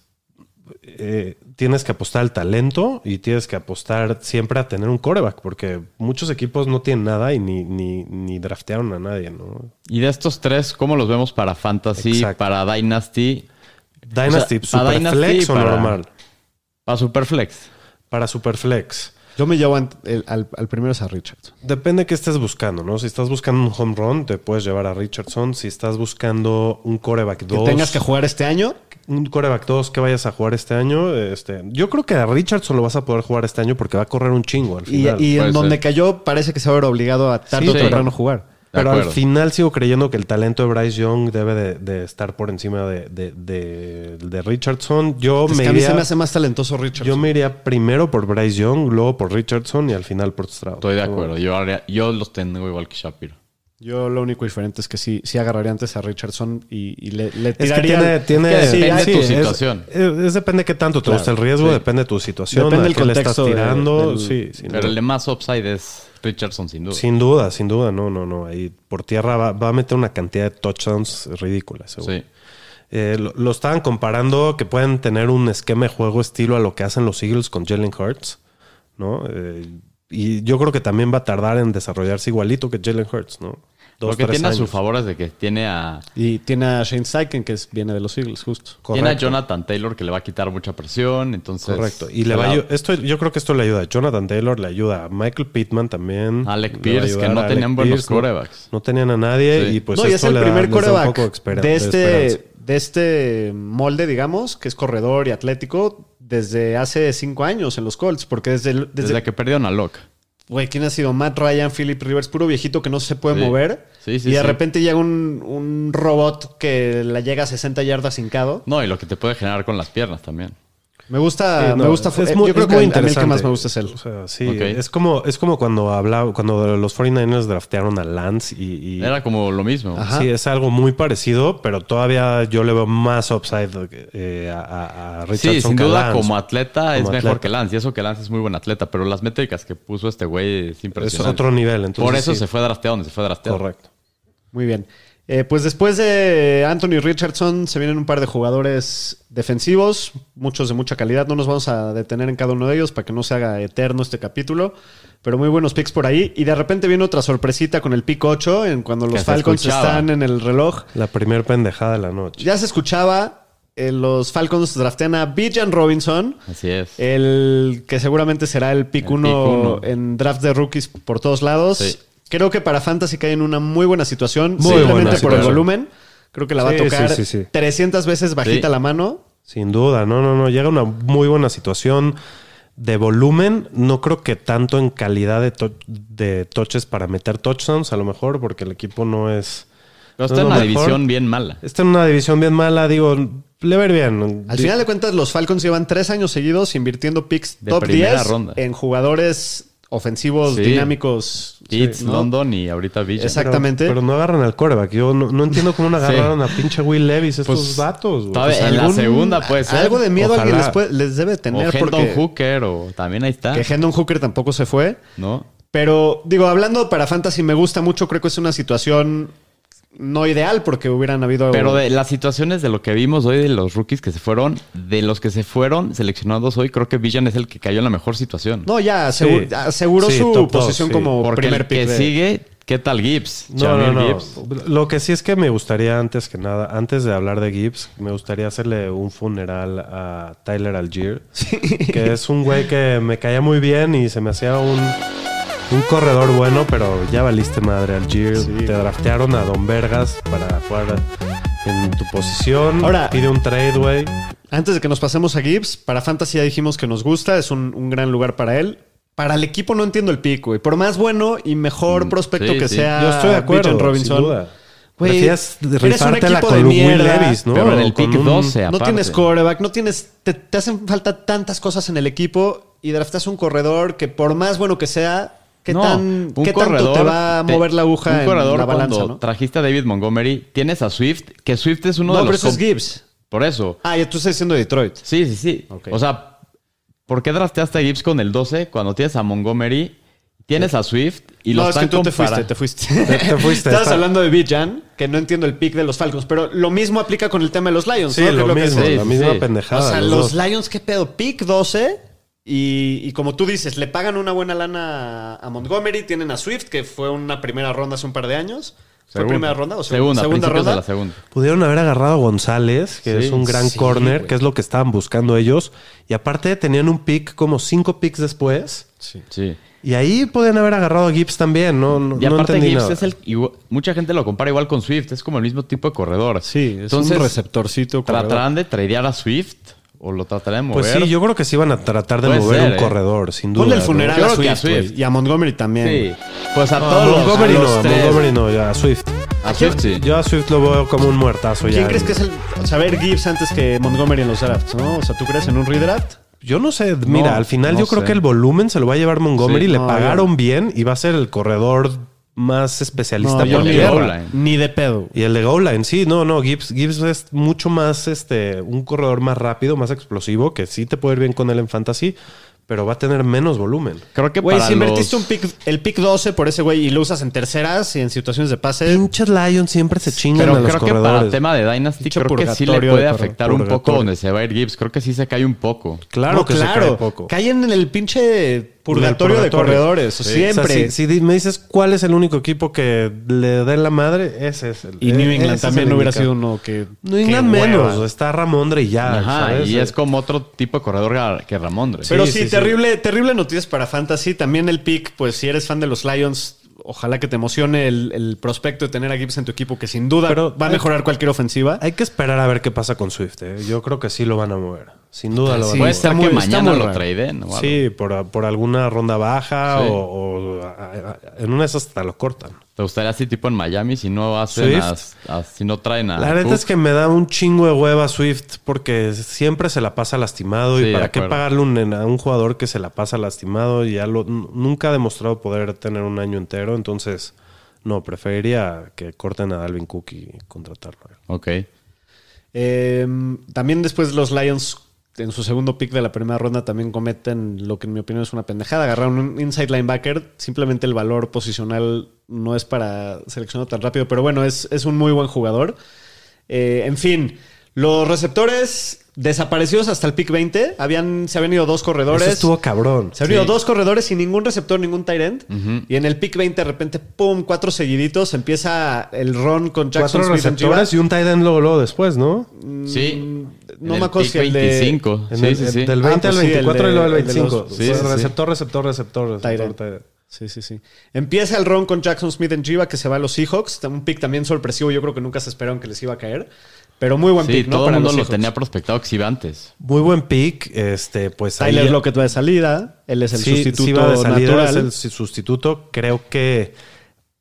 eh, tienes que apostar al talento y tienes que apostar siempre a tener un coreback, porque muchos equipos no tienen nada y ni, ni, ni draftearon a nadie, ¿no? Y de estos tres, ¿cómo los vemos para Fantasy, Exacto. para Dynasty, Dynasty, O sea, para Superflex Dynasty, o para- normal. para Superflex? Para Superflex. Yo me llevo ant- el- al, al primero es a Richardson. Depende qué estés buscando, ¿no? Si estás buscando un home run, te puedes llevar a Richardson. Si estás buscando un coreback 2, Que tengas que jugar este año. un coreback 2 que vayas a jugar este año, este, yo creo que a Richardson lo vas a poder jugar este año porque va a correr un chingo al Y, final. y en Puede donde ser. cayó, parece que se va a ver obligado a tarde Sí, o sí. temprano jugar. De Pero al acuerdo. final sigo creyendo que el talento de Bryce Young debe de, de estar por encima de, de- de- de Richardson. Yo Es me, que a mí iría, se me hace más talentoso Richardson. yo me iría primero por Bryce Young, luego por Richardson y al final por Stroud. Estoy de acuerdo. Yo, haría- yo los tengo igual que Shapiro. Yo lo único diferente es que sí, sí agarraría antes a Richardson y, y le, le Es que tiraría. tiene, tiene- Es que sí, depende hay- de tu sí, situación. Es, es- depende de qué tanto te gusta el riesgo, depende de tu situación, Depende a del qué le estás contexto de- tirando. del- sí, sin Pero el duda. de más upside es Richardson, sin duda. Sin duda, sin duda, no, no, no. Ahí por tierra va, va a meter una cantidad de touchdowns ridícula, seguro. Sí. Eh, lo, lo estaban comparando que pueden tener un esquema de juego estilo a lo que hacen los Eagles con Jalen Hurts, ¿no? Eh, y yo creo que también va a tardar en desarrollarse igualito que Jalen Hurts, ¿no? Dos, Lo que tres tiene a su años. favor es de que tiene a, Y tiene a Shane Sykin, que es- viene de los Eagles, justo. tiene a Correcto. Jonathan Taylor que le va a quitar mucha presión. Entonces, Correcto. Y le va a ayu- esto, yo creo que esto le ayuda a Jonathan Taylor, le ayuda a Michael Pittman también. Alec le va a Pierce, ayudar que no a tenían buenos ¿no? quarterbacks. No, tenían a nadie Sí. y pues no, y es esto el le da- primer les da un coreback poco de, espera- de, esperanza. este, de este molde, digamos, que es corredor y atlético desde hace cinco años en los Colts. Porque desde, el- Desde, desde, que perdieron a Locke. Güey, ¿quién ha sido? Matt Ryan, Philip Rivers, puro viejito que no se puede Sí. mover. Sí, sí, y de sí. repente llega un, un robot que la llega a 60 yardas hincado. No, y lo que te puede generar con las piernas también. Me gusta, Sí, no, me gusta. es- es eh, muy- yo creo es que muy a mí el que más interesante. me gusta es él. O sea, sí, Ok. es como, es como cuando hablaba, cuando los 49ers draftearon a Lance y, y- Era como lo mismo. Ajá. sí, es algo muy parecido, pero todavía yo le veo más upside eh, a- a, a Richardson. Sí, sin que a duda, Lance. como atleta es Como mejor atleta. que Lance. Y eso que Lance es muy buen atleta, pero las métricas que puso este güey es Es impresionante. otro nivel, entonces. Por eso sí, se fue drafteado donde se fue drafteado. Correcto. Muy bien. Eh, pues después de Anthony Richardson se vienen un par de jugadores defensivos, muchos de mucha calidad. No nos vamos a detener en cada uno de ellos para que no se haga eterno este capítulo, pero muy buenos picks por ahí. Y de repente viene otra sorpresita con el pick 8, en cuando los se Falcons escuchaba. están en el reloj. La primer pendejada de la noche. Ya se escuchaba, eh, los Falcons draftean a Bijan Robinson, Así es. Eh, el que seguramente será el pick El pick 1 uno. en draft de rookies por todos lados. Sí. Creo que para Fantasy cae en una muy buena situación, Muy simplemente buena por el situación. volumen. Creo que la va a Sí, tocar sí, sí, sí. 300 veces bajita Sí. la mano. Sin duda, no, no, no. Llega una muy buena situación de volumen. No creo que tanto en calidad de, to- de toches para meter touchdowns, a lo mejor, porque el equipo no es. no Pero está es en lo una mejor. división bien mala. Está en una división bien mala, digo, le ver bien. Al Di- final de cuentas, los Falcons llevan tres años seguidos invirtiendo picks De top primera 10 ronda. en jugadores ofensivos, Sí. dinámicos. It's Sí, ¿no? London y ahorita Villa. Exacto. pero- exactamente. Pero, no agarran al coreback. Yo no, no entiendo [laughs] cómo no agarraron a pinche Will Levis estos Pues, vatos. güey. todavía O sea, en la algún- segunda puede ser. Algo de miedo Ojalá. alguien les, puede- les debe O tener Hendon porque Hooker o también ahí está. que Hendon Hooker tampoco se fue. ¿No? Pero digo, hablando para Fantasy, me gusta mucho. Creo que es una situación no ideal porque hubieran habido. Pero de las situaciones de lo que vimos hoy de los rookies que se fueron, de los que se fueron seleccionados hoy, creo que Villan es el que cayó en la mejor situación. No, ya asegu- Sí. aseguró Sí, su top dos, posición sí. como Porque primer el que pick. de- sigue, ¿qué tal Gibbs? No, Jameer no, no. Gibbs. Lo que sí es que me gustaría, antes que nada, antes de hablar de Gibbs, me gustaría hacerle un funeral a Tyler Algier, [laughs] que es un güey que me caía muy bien y se me hacía un, un corredor bueno, pero ya valiste madre, Algier. Te draftearon a Don Vergas para jugar en tu posición. Ahora- pide un trade, güey. Antes de que nos pasemos a Gibbs, para Fantasy ya dijimos que nos gusta, es un, un gran lugar para él. Para el equipo no entiendo el pick, güey. Por más bueno y mejor prospecto Mm, sí, que sí. sea, Yo estoy de acuerdo, Bijan Robinson. sin duda. Güey, Prefieres eres un rifártela equipo con de Will mierda, Levis, ¿no? pero en el O con pick un- 12. No Eh, aparte. tienes coreback, no tienes. Te, te hacen falta tantas cosas en el equipo y draftas un corredor que, por más bueno que sea, ¿qué, No, tan, un ¿qué tanto corredor te va a te- mover la aguja un en corredor la balanza? cuando ¿no? trajiste a David Montgomery, tienes a Swift, que Swift es uno No, de pero los... eso es comp- Gibbs. Por eso. Ah, ya tú estás diciendo Detroit. Sí, sí, sí. Ok. O sea, ¿por qué drafteaste a Gibbs con el 12 cuando tienes a Montgomery? Tienes a Swift y los No, es que tú están te compara- fuiste, te [laughs] fuiste. Te- te fuiste, Estabas está- hablando de Bijan, que no entiendo el pick de los Falcons, pero lo mismo aplica con el tema de los Lions. Sí, ¿no? lo Creo que mismo, sí. sí, la misma sí. O pendejada. sea, los los dos. Lions, qué pedo. Pick 12. Y, y como tú dices, le pagan una buena lana a- a Montgomery. Tienen a Swift, que fue una primera ronda hace un par de años. ¿Fue Segunda. primera ronda o seg- segunda? segunda principios ronda? de la segunda. Pudieron haber agarrado a González, que Sí, es un gran sí, corner, güey. que es lo que estaban buscando ellos. Y aparte tenían un pick como cinco picks después. Sí. Y ahí podían haber agarrado a Gibbs también, ¿no? no Y no aparte entendí Gibbs nada. es el... igual- mucha gente lo compara igual con Swift. Es como el mismo tipo de corredor. Sí, es Entonces, un receptorcito. corredor. ¿Tratarán de tradear a Swift? ¿O lo tratarán de mover? Pues sí, yo creo que sí iban a tratar de Puede mover ser, un ¿eh? corredor, sin duda. Ponle el ¿no? funeral Yo a creo que Swift, a Swift. güey, y a Montgomery también. Sí. Pues a No, a todos los- Montgomery a no, los a tres. Montgomery no, ya a Swift. A Swift sí. Yo a Swift lo veo como un muertazo ¿Quién ya. crees que es el saber Gibbs antes que Montgomery en los drafts? ¿no? O sea, ¿tú crees en un redraft? Yo no sé, mira, No, al final no yo creo sé. que el volumen se lo va a llevar Montgomery, Sí, le no, pagaron bien y va a ser el corredor más especialista No, por yo el ni, de de- tierra. goal line. ni de pedo. Y el de goal line, sí, no, no, Gibbs, Gibbs es mucho más, este, un corredor más rápido, más explosivo, que sí te puede ir bien con él en fantasy, pero va a tener menos volumen. Creo que Güey, para si invertiste los- un pick, el pick 12 por ese güey y lo usas en terceras y en situaciones de pase, Pinches Lions siempre se chingan Pero a los creo que para corredores. el tema de Dynasty, Dicho creo que sí le purgatorio puede de corre- afectar un poco purgatorio. donde se va a ir Gibbs. Creo que sí se cae un poco. Claro No, que se cae poco. Caen en el pinche purgatorio, En el de purgatorio. corredores. Sí. Siempre. O sea, si, si me dices cuál es el único equipo que le dé la madre, ese es el. Y New e- ese England es también el no hubiera indicado. sido uno que. New que England hueva. menos. Está Ramondre y ya. Ajá, ¿sabes? y es como otro tipo de corredor que Ramondre. Pero Sí, Eh, sí, sí, sí. terrible, terrible noticias para Fantasy. También el pick, pues si eres fan de los Lions, ojalá que te emocione el, el prospecto de tener a Gibbs en tu equipo, que sin duda Pero va a hay- mejorar cualquier ofensiva. Hay que esperar a ver qué pasa con Swift. ¿eh? Yo creo que sí lo van a mover. Sin duda lo van a Puede mover. ser muy- que está mañana muy lo raro. traden. ¿eh? o algo. Sí, por, por alguna ronda baja Sí. o, o a- a- en una de esas hasta lo cortan. ¿Te gustaría así tipo en Miami si no hacen a- Swift. a- si no traen a La neta Cook? es que me da un chingo de hueva Swift porque siempre se la pasa lastimado Sí, y de para qué acuerdo. pagarle un- a un jugador que se la pasa lastimado y ya lo, n- nunca ha demostrado poder tener un año entero. Entonces, no, preferiría que corten a Dalvin Cook y contratarlo. Ok. Eh, también después los Lions, en su segundo pick de la primera ronda, también cometen lo que en mi opinión es una pendejada. Agarraron un inside linebacker. Simplemente el valor posicional no es para seleccionar tan rápido, pero bueno, es, es un muy buen jugador. Eh, en fin, los receptores desaparecidos hasta el pick 20. Habían, se habían ido dos corredores. Eso estuvo cabrón. Se han ido dos corredores sin ningún receptor, ningún tight end. Y en el pick 20, de repente, pum, cuatro seguiditos. Empieza el run con Jackson Cuatro Smith en receptores y un tight end luego, luego después, ¿no? Sí. Mm, no En me el acuerdo pick si el de- 25. En Sí, el- sí, el- sí. Del Ah, 20 pues al sí, el 24 y de- luego al el de los- 25. sí, Pues sí, sí. receptor, receptor, receptor, Tight receptor, end. tight end. Sí, sí, sí. Empieza el ron con Jackson Smith en Jiva que se va a los Seahawks. Un pick también sorpresivo. Yo creo que nunca se esperaron que les iba a caer. Pero muy buen Sí, pick, ¿no? todo el Para mundo los lo Seahawks. tenía prospectado que se iba antes. Muy buen pick. Este, pues ahí- Tyler Lockett va de salida. Él es el Sí, sustituto sí va de salida, natural. es el si- sustituto. Creo que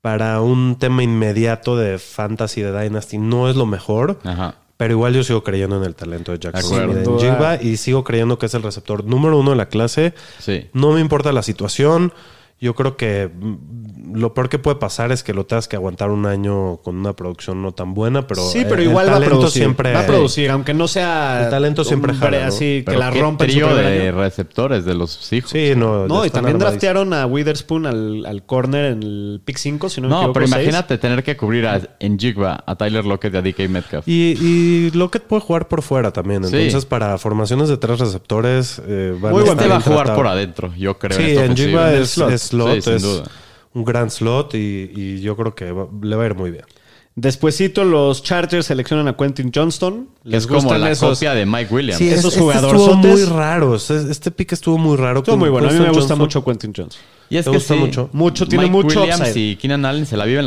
para un tema inmediato de Fantasy de Dynasty no es lo mejor. Ajá. Pero igual yo sigo creyendo en el talento de Jackson De acuerdo. Smith Sin en duda. Jigba y sigo creyendo que es el receptor número uno de la clase. Sí. No me importa la situación. Yo creo que mm, lo peor que puede pasar es que lo tengas que aguantar un año con una producción no tan buena, pero, sí, pero el- el igual va a talento producir. siempre va a producir, aunque no sea. El talento siempre un jala, bre- ¿no? Así que Pero la qué rompa en su trío primer de año. receptores de los hijos. Sí, no. No, y están también armadísimos. draftearon a Witherspoon al, al corner en el pick 5, si no, me No, equivoco. pero seis. imagínate tener que cubrir a, en Jigba a Tyler Lockett y a DK Metcalf. Y, y Lockett puede jugar por fuera también. Sí. Entonces, para formaciones de tres receptores, eh, van Muy buen a este estar va a bien jugar tratados. por adentro, yo creo. Sí, esta en ofensiva. Jigba En el es slot. Es, slot, Sí, sin es duda. un gran slot y, y yo creo que va- le va a ir muy bien. Despuésito los Chargers seleccionan a Quentin Johnston. Que Les es como gustan la esos- copia de Mike Williams. Sí, esos este estuvo jugadorzotes. muy raro. Es- Este pick estuvo muy raro. Estuvo con muy bueno. A mí me Preston gusta Johnson. mucho Quentin Johnson. Y es Me que gusta sí, mucho. Mucho, tiene mucho Williams upside. y Keenan Allen se la viven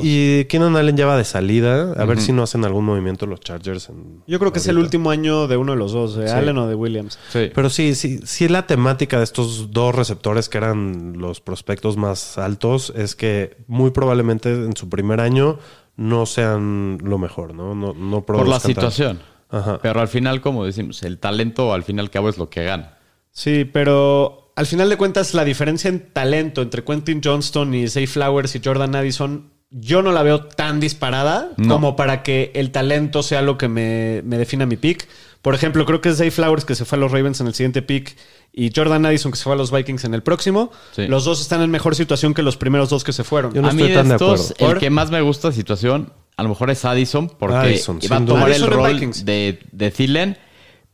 Sí, y Keenan Allen ya va de salida. A ver si no hacen algún movimiento los Chargers. en- Yo creo que es el ahorita. último año de uno de los dos, de Allen o de Williams. Sí. Pero sí, sí, sí la temática de estos dos receptores que eran los prospectos más altos es que muy probablemente en su primer año no sean lo mejor, ¿no? No, no por la produzcan tanto. situación. Ajá. Pero al final, como decimos, el talento al fin y al cabo es lo que gana. Sí, pero al final de cuentas, la diferencia en talento entre Quentin Johnston y Zay Flowers y Jordan Addison yo no la veo tan disparada No. como para que el talento sea lo que me, me defina mi pick. Por ejemplo, creo que es Zay Flowers que se fue a los Ravens en el siguiente pick y Jordan Addison que se fue a los Vikings en el próximo. Sí. Los dos están en mejor situación que los primeros dos que se fueron. Yo no a mí estoy de tan de estos, acuerdo. el que más me gusta la situación, a lo mejor es Addison, porque Addison, iba a sin tomar duda. el Addison en rol Vikings. de, de Thielen,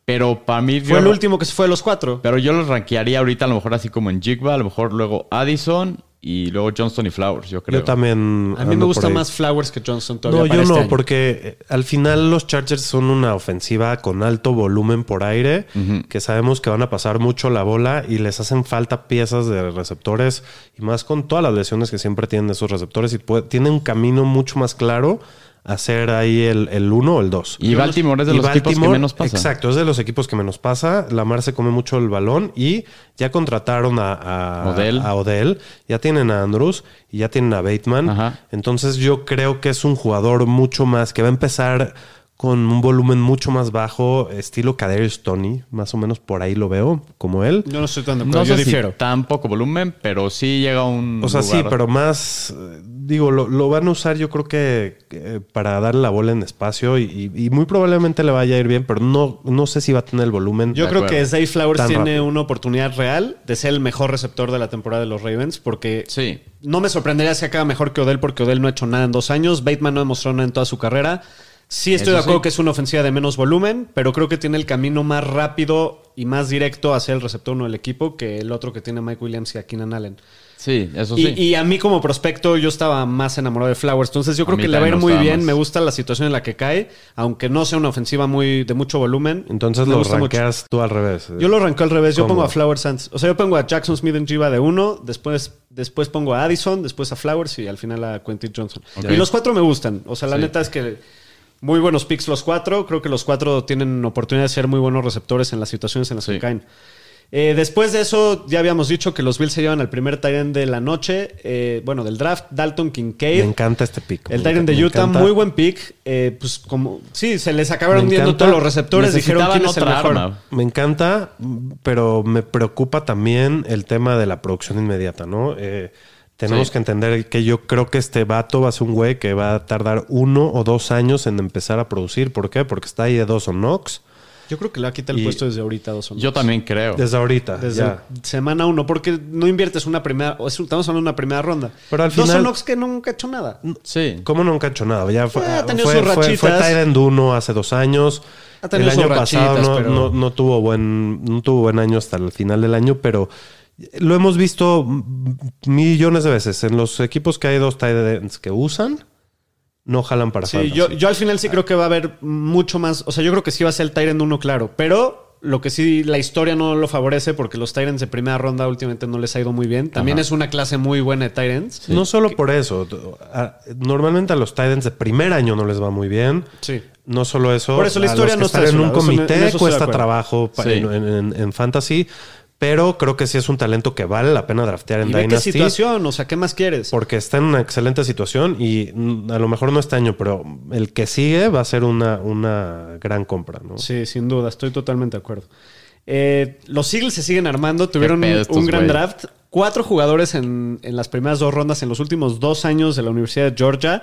pero para mí... Fue yo- el último que se fue de los cuatro. Pero yo los rankearía ahorita a lo mejor así como en Jigba, a lo mejor luego Addison y luego Johnston y Flowers, yo creo. Yo también. A mí me ando gusta por ahí. más Flowers que Johnson todavía. No, yo para este no, año. porque eh, al final los Chargers son una ofensiva con alto volumen por aire, que sabemos que van a pasar mucho la bola y les hacen falta piezas de receptores y más con todas las lesiones que siempre tienen esos receptores y puede- tienen un camino mucho más claro a ser ahí el, el uno o el dos. Y Baltimore es de Y los equipos que Baltimore, menos pasa. Exacto, es de los equipos que menos pasa. Lamar se come mucho el balón y ya contrataron a, a- Odell. a Odell, ya tienen a Andrews y ya tienen a Bateman. Ajá. Entonces yo creo que es un jugador mucho más que va a empezar con un volumen mucho más bajo, estilo Kadarius Tony, más o menos por ahí lo veo, como él. Yo no estoy tan de acuerdo. No yo sé si difiero. tan poco volumen, pero sí llega a un O sea, sí, lugar- pero más, eh, digo, lo, lo van a usar yo creo que eh, para darle la bola en espacio y, y- y muy probablemente le vaya a ir bien, pero no, no sé si va a tener el volumen. Yo De creo acuerdo. que Zay Flowers Tan tiene rápido. una oportunidad real de ser el mejor receptor de la temporada de los Ravens porque Sí. no me sorprendería si acaba mejor que Odell porque Odell no ha hecho nada en dos años. Bateman no ha mostrado nada en toda su carrera. Sí estoy Eso de acuerdo sí. que es una ofensiva de menos volumen, pero creo que tiene el camino más rápido y más directo hacia el receptor uno del equipo que el otro que tiene Mike Williams y a Keenan Allen. Sí, eso Y, sí. y a mí como prospecto yo estaba más enamorado de Flowers, entonces yo A creo mí que le va a también ir me muy gustaba bien, más. me gusta la situación en la que cae, aunque no sea una ofensiva muy de mucho volumen. Entonces me lo gusta mucho. rankeas tú al revés. Yo lo arranco al revés. Yo Este, ¿Cómo? pongo a Flowers antes. O sea, yo pongo a Jackson Smith en Jiva de uno, después, después pongo a Addison, después a Flowers y al final a Quentin Johnson. Ok. Y los cuatro me gustan. O sea, la Sí. neta es que muy buenos picks los cuatro. Creo que los cuatro tienen oportunidad de ser muy buenos receptores en las situaciones en las que Sí. caen. Eh, después de eso, ya habíamos dicho que los Bills se llevan al primer Tyrant de la noche, eh, bueno, del draft, Dalton Kincaid. Me encanta este pick. El Me Tyrant de encanta- me Utah, encanta. muy buen pick. Eh, pues como, sí, se les acabaron Me viendo encanta. todos los receptores, dijeron Necesitaban quién es el otra mejor. arma. Me encanta, pero me preocupa también el tema de la producción inmediata, ¿no? Eh, tenemos Sí. que entender que yo creo que este vato va a ser un güey que va a tardar uno o dos años en empezar a producir. ¿Por qué? Porque está ahí de dos o Knox Yo creo que le va a quitar el Y- puesto desde ahorita dos o Yo menos. también creo. desde ahorita. Desde ya. semana uno, porque no inviertes una primera, o es- estamos hablando de una primera ronda. Pero al Dos final- Mm, Onox que nunca ha hecho nada. Sí. ¿Cómo nunca ha hecho nada? Ya fue, Eh, ha tenido fue, sus fue, fue rachitas. Tyrant 1 hace dos años. Ha tenido El año sus pasado rachitas, no, pero- no- no tuvo buen, no tuvo buen año hasta el final del año, pero lo hemos visto m- millones de veces. En los equipos que hay dos Tyrants que usan, no jalan para Sí, fantasy. yo, yo al final sí creo que va a haber mucho más. O sea, yo creo que sí va a ser el Tyrant uno, claro. Pero lo que sí, la historia no lo favorece porque los Tyrants de primera ronda últimamente no les ha ido muy bien. También es una clase muy buena de Tyrants. No solo por eso. a- Normalmente a los Titans de primer año no les va muy bien. Sí. No solo eso. Por eso la a historia los que no está estar en un desolada, eso en- en comité eso estoy de cuesta acuerdo. trabajo pa- Sí. en, en- en fantasy, pero creo que sí es un talento que vale la pena draftear en Y ve qué Dynasty. situación, o sea, ¿qué más quieres? Porque está en una excelente situación y mm, a lo mejor no este año, pero el que sigue va a ser una, una gran compra, ¿no? Sí, sin duda, estoy totalmente de acuerdo. Eh, los Eagles se siguen armando, tuvieron pedo estos un gran güeyes. draft. Cuatro jugadores en, en las primeras dos rondas en los últimos dos años de la Universidad de Georgia.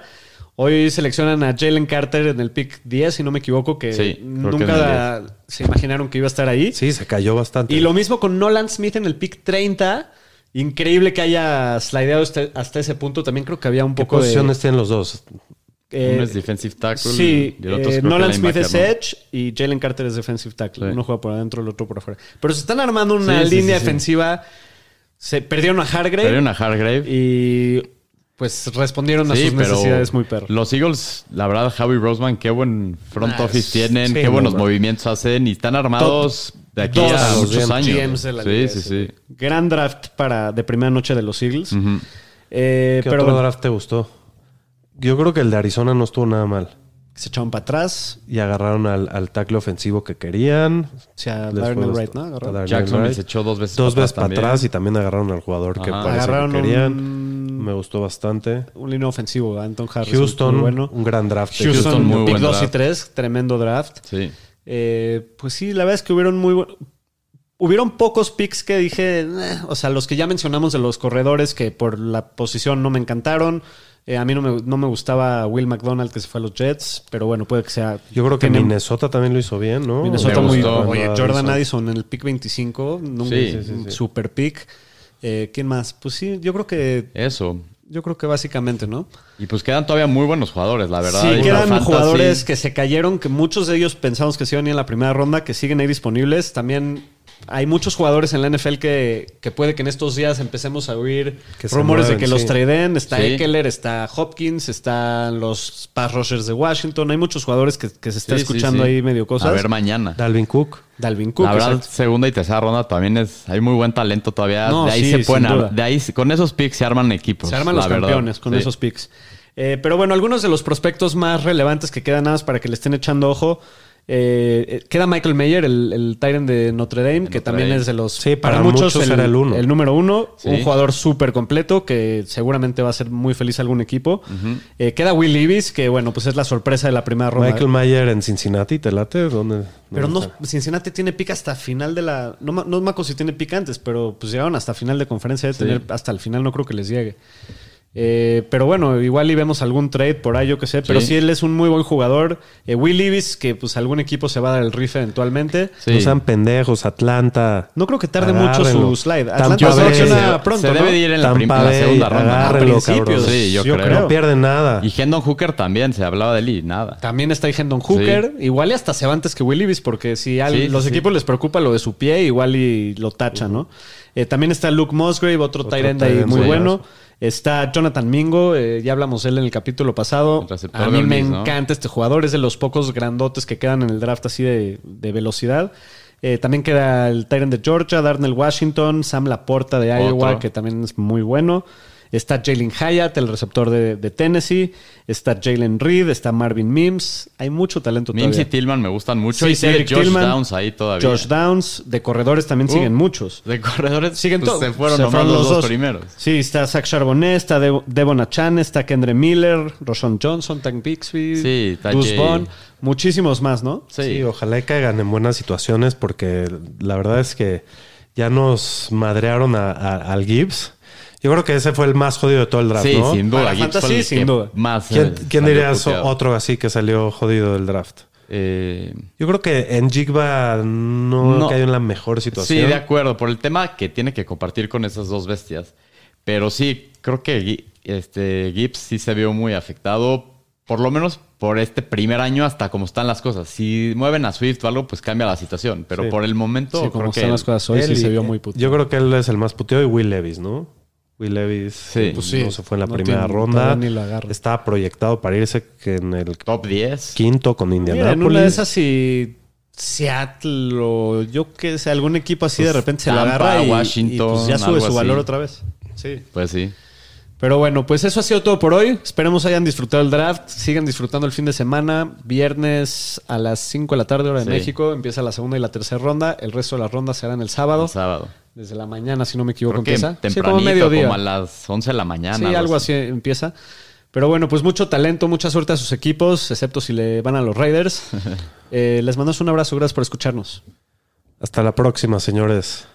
Hoy seleccionan a Jalen Carter en el pick 10, si no me equivoco, que Sí, creo que nunca se imaginaron que iba a estar ahí. Sí, se cayó bastante. Y lo mismo con Nolan Smith en el pick 30. Increíble que haya slideado este- hasta ese punto. También creo que había un ¿Qué poco posiciones de... tienen los dos? eh, Uno es defensive tackle. Sí, y el otro es eh, creo que Nolan Smith linebacker, es ¿no? Edge y Jalen Carter es defensive tackle. Sí. Uno juega por adentro, el otro por afuera. Pero se están armando una Sí, sí, línea sí, sí. defensiva. Se perdieron a Hargrave Pero hay una Hargrave. y pues respondieron a Sí, sus pero necesidades muy perro. los Eagles, la verdad, Howie Roseman, qué buen front Ah, office tienen, sí, qué no, buenos man. movimientos hacen y están armados de aquí Dos a de los muchos años. GMs de la sí, liga, sí, ese. sí, Gran draft para de primera noche de los Eagles. Eh, ¿Qué pero otro bueno, draft te gustó? Yo creo que el de Arizona no estuvo nada mal. se echaron para atrás. Y agarraron al, al tackle ofensivo que querían. O sea, Después Darnell los- Wright, ¿no? Agarraron. a Darnell Jackson Wright. les echó dos veces Dos para veces para atrás atrás y también agarraron al jugador que Ajá. parece Agarraron que querían. un- Me gustó bastante. Un línea ofensivo, Anton Harris. Houston, muy bueno. un gran draft. de Houston, muy pick buen 2 y draft. 3, tremendo draft. Sí. Eh, pues sí, la verdad es que hubieron muy bu- Hubieron pocos picks que "Eh", dije, "Nah", o sea, los que ya mencionamos de los corredores que por la posición no me encantaron. Eh, a mí no me, no me gustaba Will McDonald que se fue a los Jets, pero bueno, puede que sea. Yo creo que tiene- Minnesota también lo hizo bien, ¿no? Minnesota Me muy gustó. Oye, Jordan Jordan Addison. Addison en el pick 25, nunca- Sí. un super pick. Eh, ¿Quién más? Pues sí, yo creo que Eso. yo creo que básicamente, ¿no? Y pues quedan todavía muy buenos jugadores, la verdad. Sí, Y que para eran fantasy- jugadores que se cayeron, que muchos de ellos pensamos que se iban a ir en la primera ronda, que siguen ahí disponibles. También hay muchos jugadores en la NFL que, que puede que en estos días empecemos a oír Que se rumores mueven, de que sí. los traden. Está Sí. Eckler, está Hopkins, están los pass rushers de Washington. Hay muchos jugadores que, que se está Sí, sí, escuchando sí. ahí medio cosas. A ver mañana. Dalvin Cook. Dalvin Cook. la verdad, exacto. segunda y tercera ronda también es. Hay muy buen talento todavía. No, de ahí sí, se pueden. sin ar- duda. De ahí, con esos picks se arman equipos. Se arman la los verdad. campeones con Sí. esos picks. Eh, pero bueno, algunos de los prospectos más relevantes que quedan nada más para que le estén echando ojo. eh, eh, queda Michael Mayer, el, el Tyrant de Notre Dame, que Notre también Dame. es de los. Sí, para muchos era el uno. número uno. Sí. Un jugador súper completo que seguramente va a ser muy feliz algún equipo. Eh, queda Will Levis, que bueno, pues es la sorpresa de la primera ronda. Michael Mayer en Cincinnati, ¿te late? ¿Dónde? pero dónde no, está? Cincinnati tiene pica hasta final de la. No, ma- no me acuerdo si tiene pica antes, pero pues llegaron hasta final de conferencia. de tener hasta el final no creo que les llegue. Eh, pero bueno, igual y vemos algún trade por ahí, yo qué sé. Pero Sí. sí, él es un muy buen jugador. Eh, Will Levis, que pues algún equipo se va a dar el riff eventualmente. Sí. No sean pendejos, Atlanta. No creo que tarde mucho Agárrenlo. su slide. Tampa Atlanta Bay. selecciona Se- pronto, se debe ¿no? de ir en la, prim- Tampa la Bay, segunda ronda. agárrenlo, A principios, cabrones. Sí, yo, Yo creo. creo. No pierden nada. Y Hendon Hooker también se hablaba de él y nada. También está ahí Hendon Hooker. Igual y hasta se va antes que Will Levis, porque si a Sí, sí, los sí. equipos les preocupa lo de su pie, igual y lo tachan, ¿no? Eh, también está Luke Musgrave, otro, Otro tight end tight ahí end muy buenazo. bueno. Está Jonathan Mingo, eh, ya hablamos de él en el capítulo pasado. El receptor A de mí me Orleans, ¿no? encanta este jugador, es de los pocos grandotes que quedan en el draft así de, de velocidad. Eh, también queda el Tyrant de Georgia, Darnell Washington, Sam Laporta de Iowa, Otro. que también es muy bueno. Está Jalen Hyatt, el receptor de, de Tennessee. Está Jalen Reed, está Marvin Mims. Hay mucho talento Mims y todavía. Tillman me gustan mucho. Sí, y sigue Cedric Josh Tillman, Downs ahí todavía. Josh Downs, de corredores también Uh. siguen muchos. De corredores Siguen pues, todos. se fueron nomás los, dos, primeros. Sí, está Zach Charbonnet, está De- Devon Achan, está Kendre Miller, Roshon Johnson, Tank Bixby, Sí, está Deuce Jay- Vaughn, muchísimos más, ¿no? Sí. Sí, ojalá y caigan en buenas situaciones porque la verdad es que ya nos madrearon a- a- al Gibbs. Yo creo que ese fue el más jodido de todo el draft, Sí, ¿no? sin Para duda. Gibbs fantasy, fue el sin que duda. Más, ¿Quién, eh, quién salió dirías puteado. otro así que salió jodido del draft? Eh, Yo creo que en Jigba no, No. cayó en la mejor sí, situación. de acuerdo. Por el tema que tiene que compartir con esas dos bestias. Pero sí, creo que Gi- este, Gibbs sí se vio muy afectado. Por lo menos por este primer año hasta como están las cosas. Si mueven a Swift o algo, pues cambia la situación. Pero Sí. por el momento, Sí, creo como que... están las cosas hoy, Él sí y- se vio muy puto. Yo creo que él es el más puteado y Will Levis, ¿no? Will Levis Sí. pues, Sí. no se fue en la No primera tiene- ronda. todavía ni lo agarra. Estaba proyectado para irse que en el Top 10. quinto con Mira, Indianapolis. en una de esas si Seattle o yo que sé, algún equipo así de Pues, repente se la Tampa, agarra y, Washington, y, pues, ya sube algo su valor así. otra vez. Sí. Pues sí. Pero bueno, pues eso ha sido todo por hoy. Esperemos hayan disfrutado el draft. Sigan disfrutando el fin de semana. Viernes a las 5 de la tarde, hora de Sí. México. Empieza la segunda y la tercera ronda. El resto de las rondas serán el sábado. El sábado. Desde la mañana, si no me equivoco, Creo que empieza. tempranito, Sí, como como, mediodía. a las 11 de la mañana. Sí, algo así empieza. Pero bueno, pues mucho talento, mucha suerte a sus equipos, excepto si le van a los [laughs] Raiders. Eh, les mandamos un abrazo, gracias por escucharnos. Hasta la próxima, señores.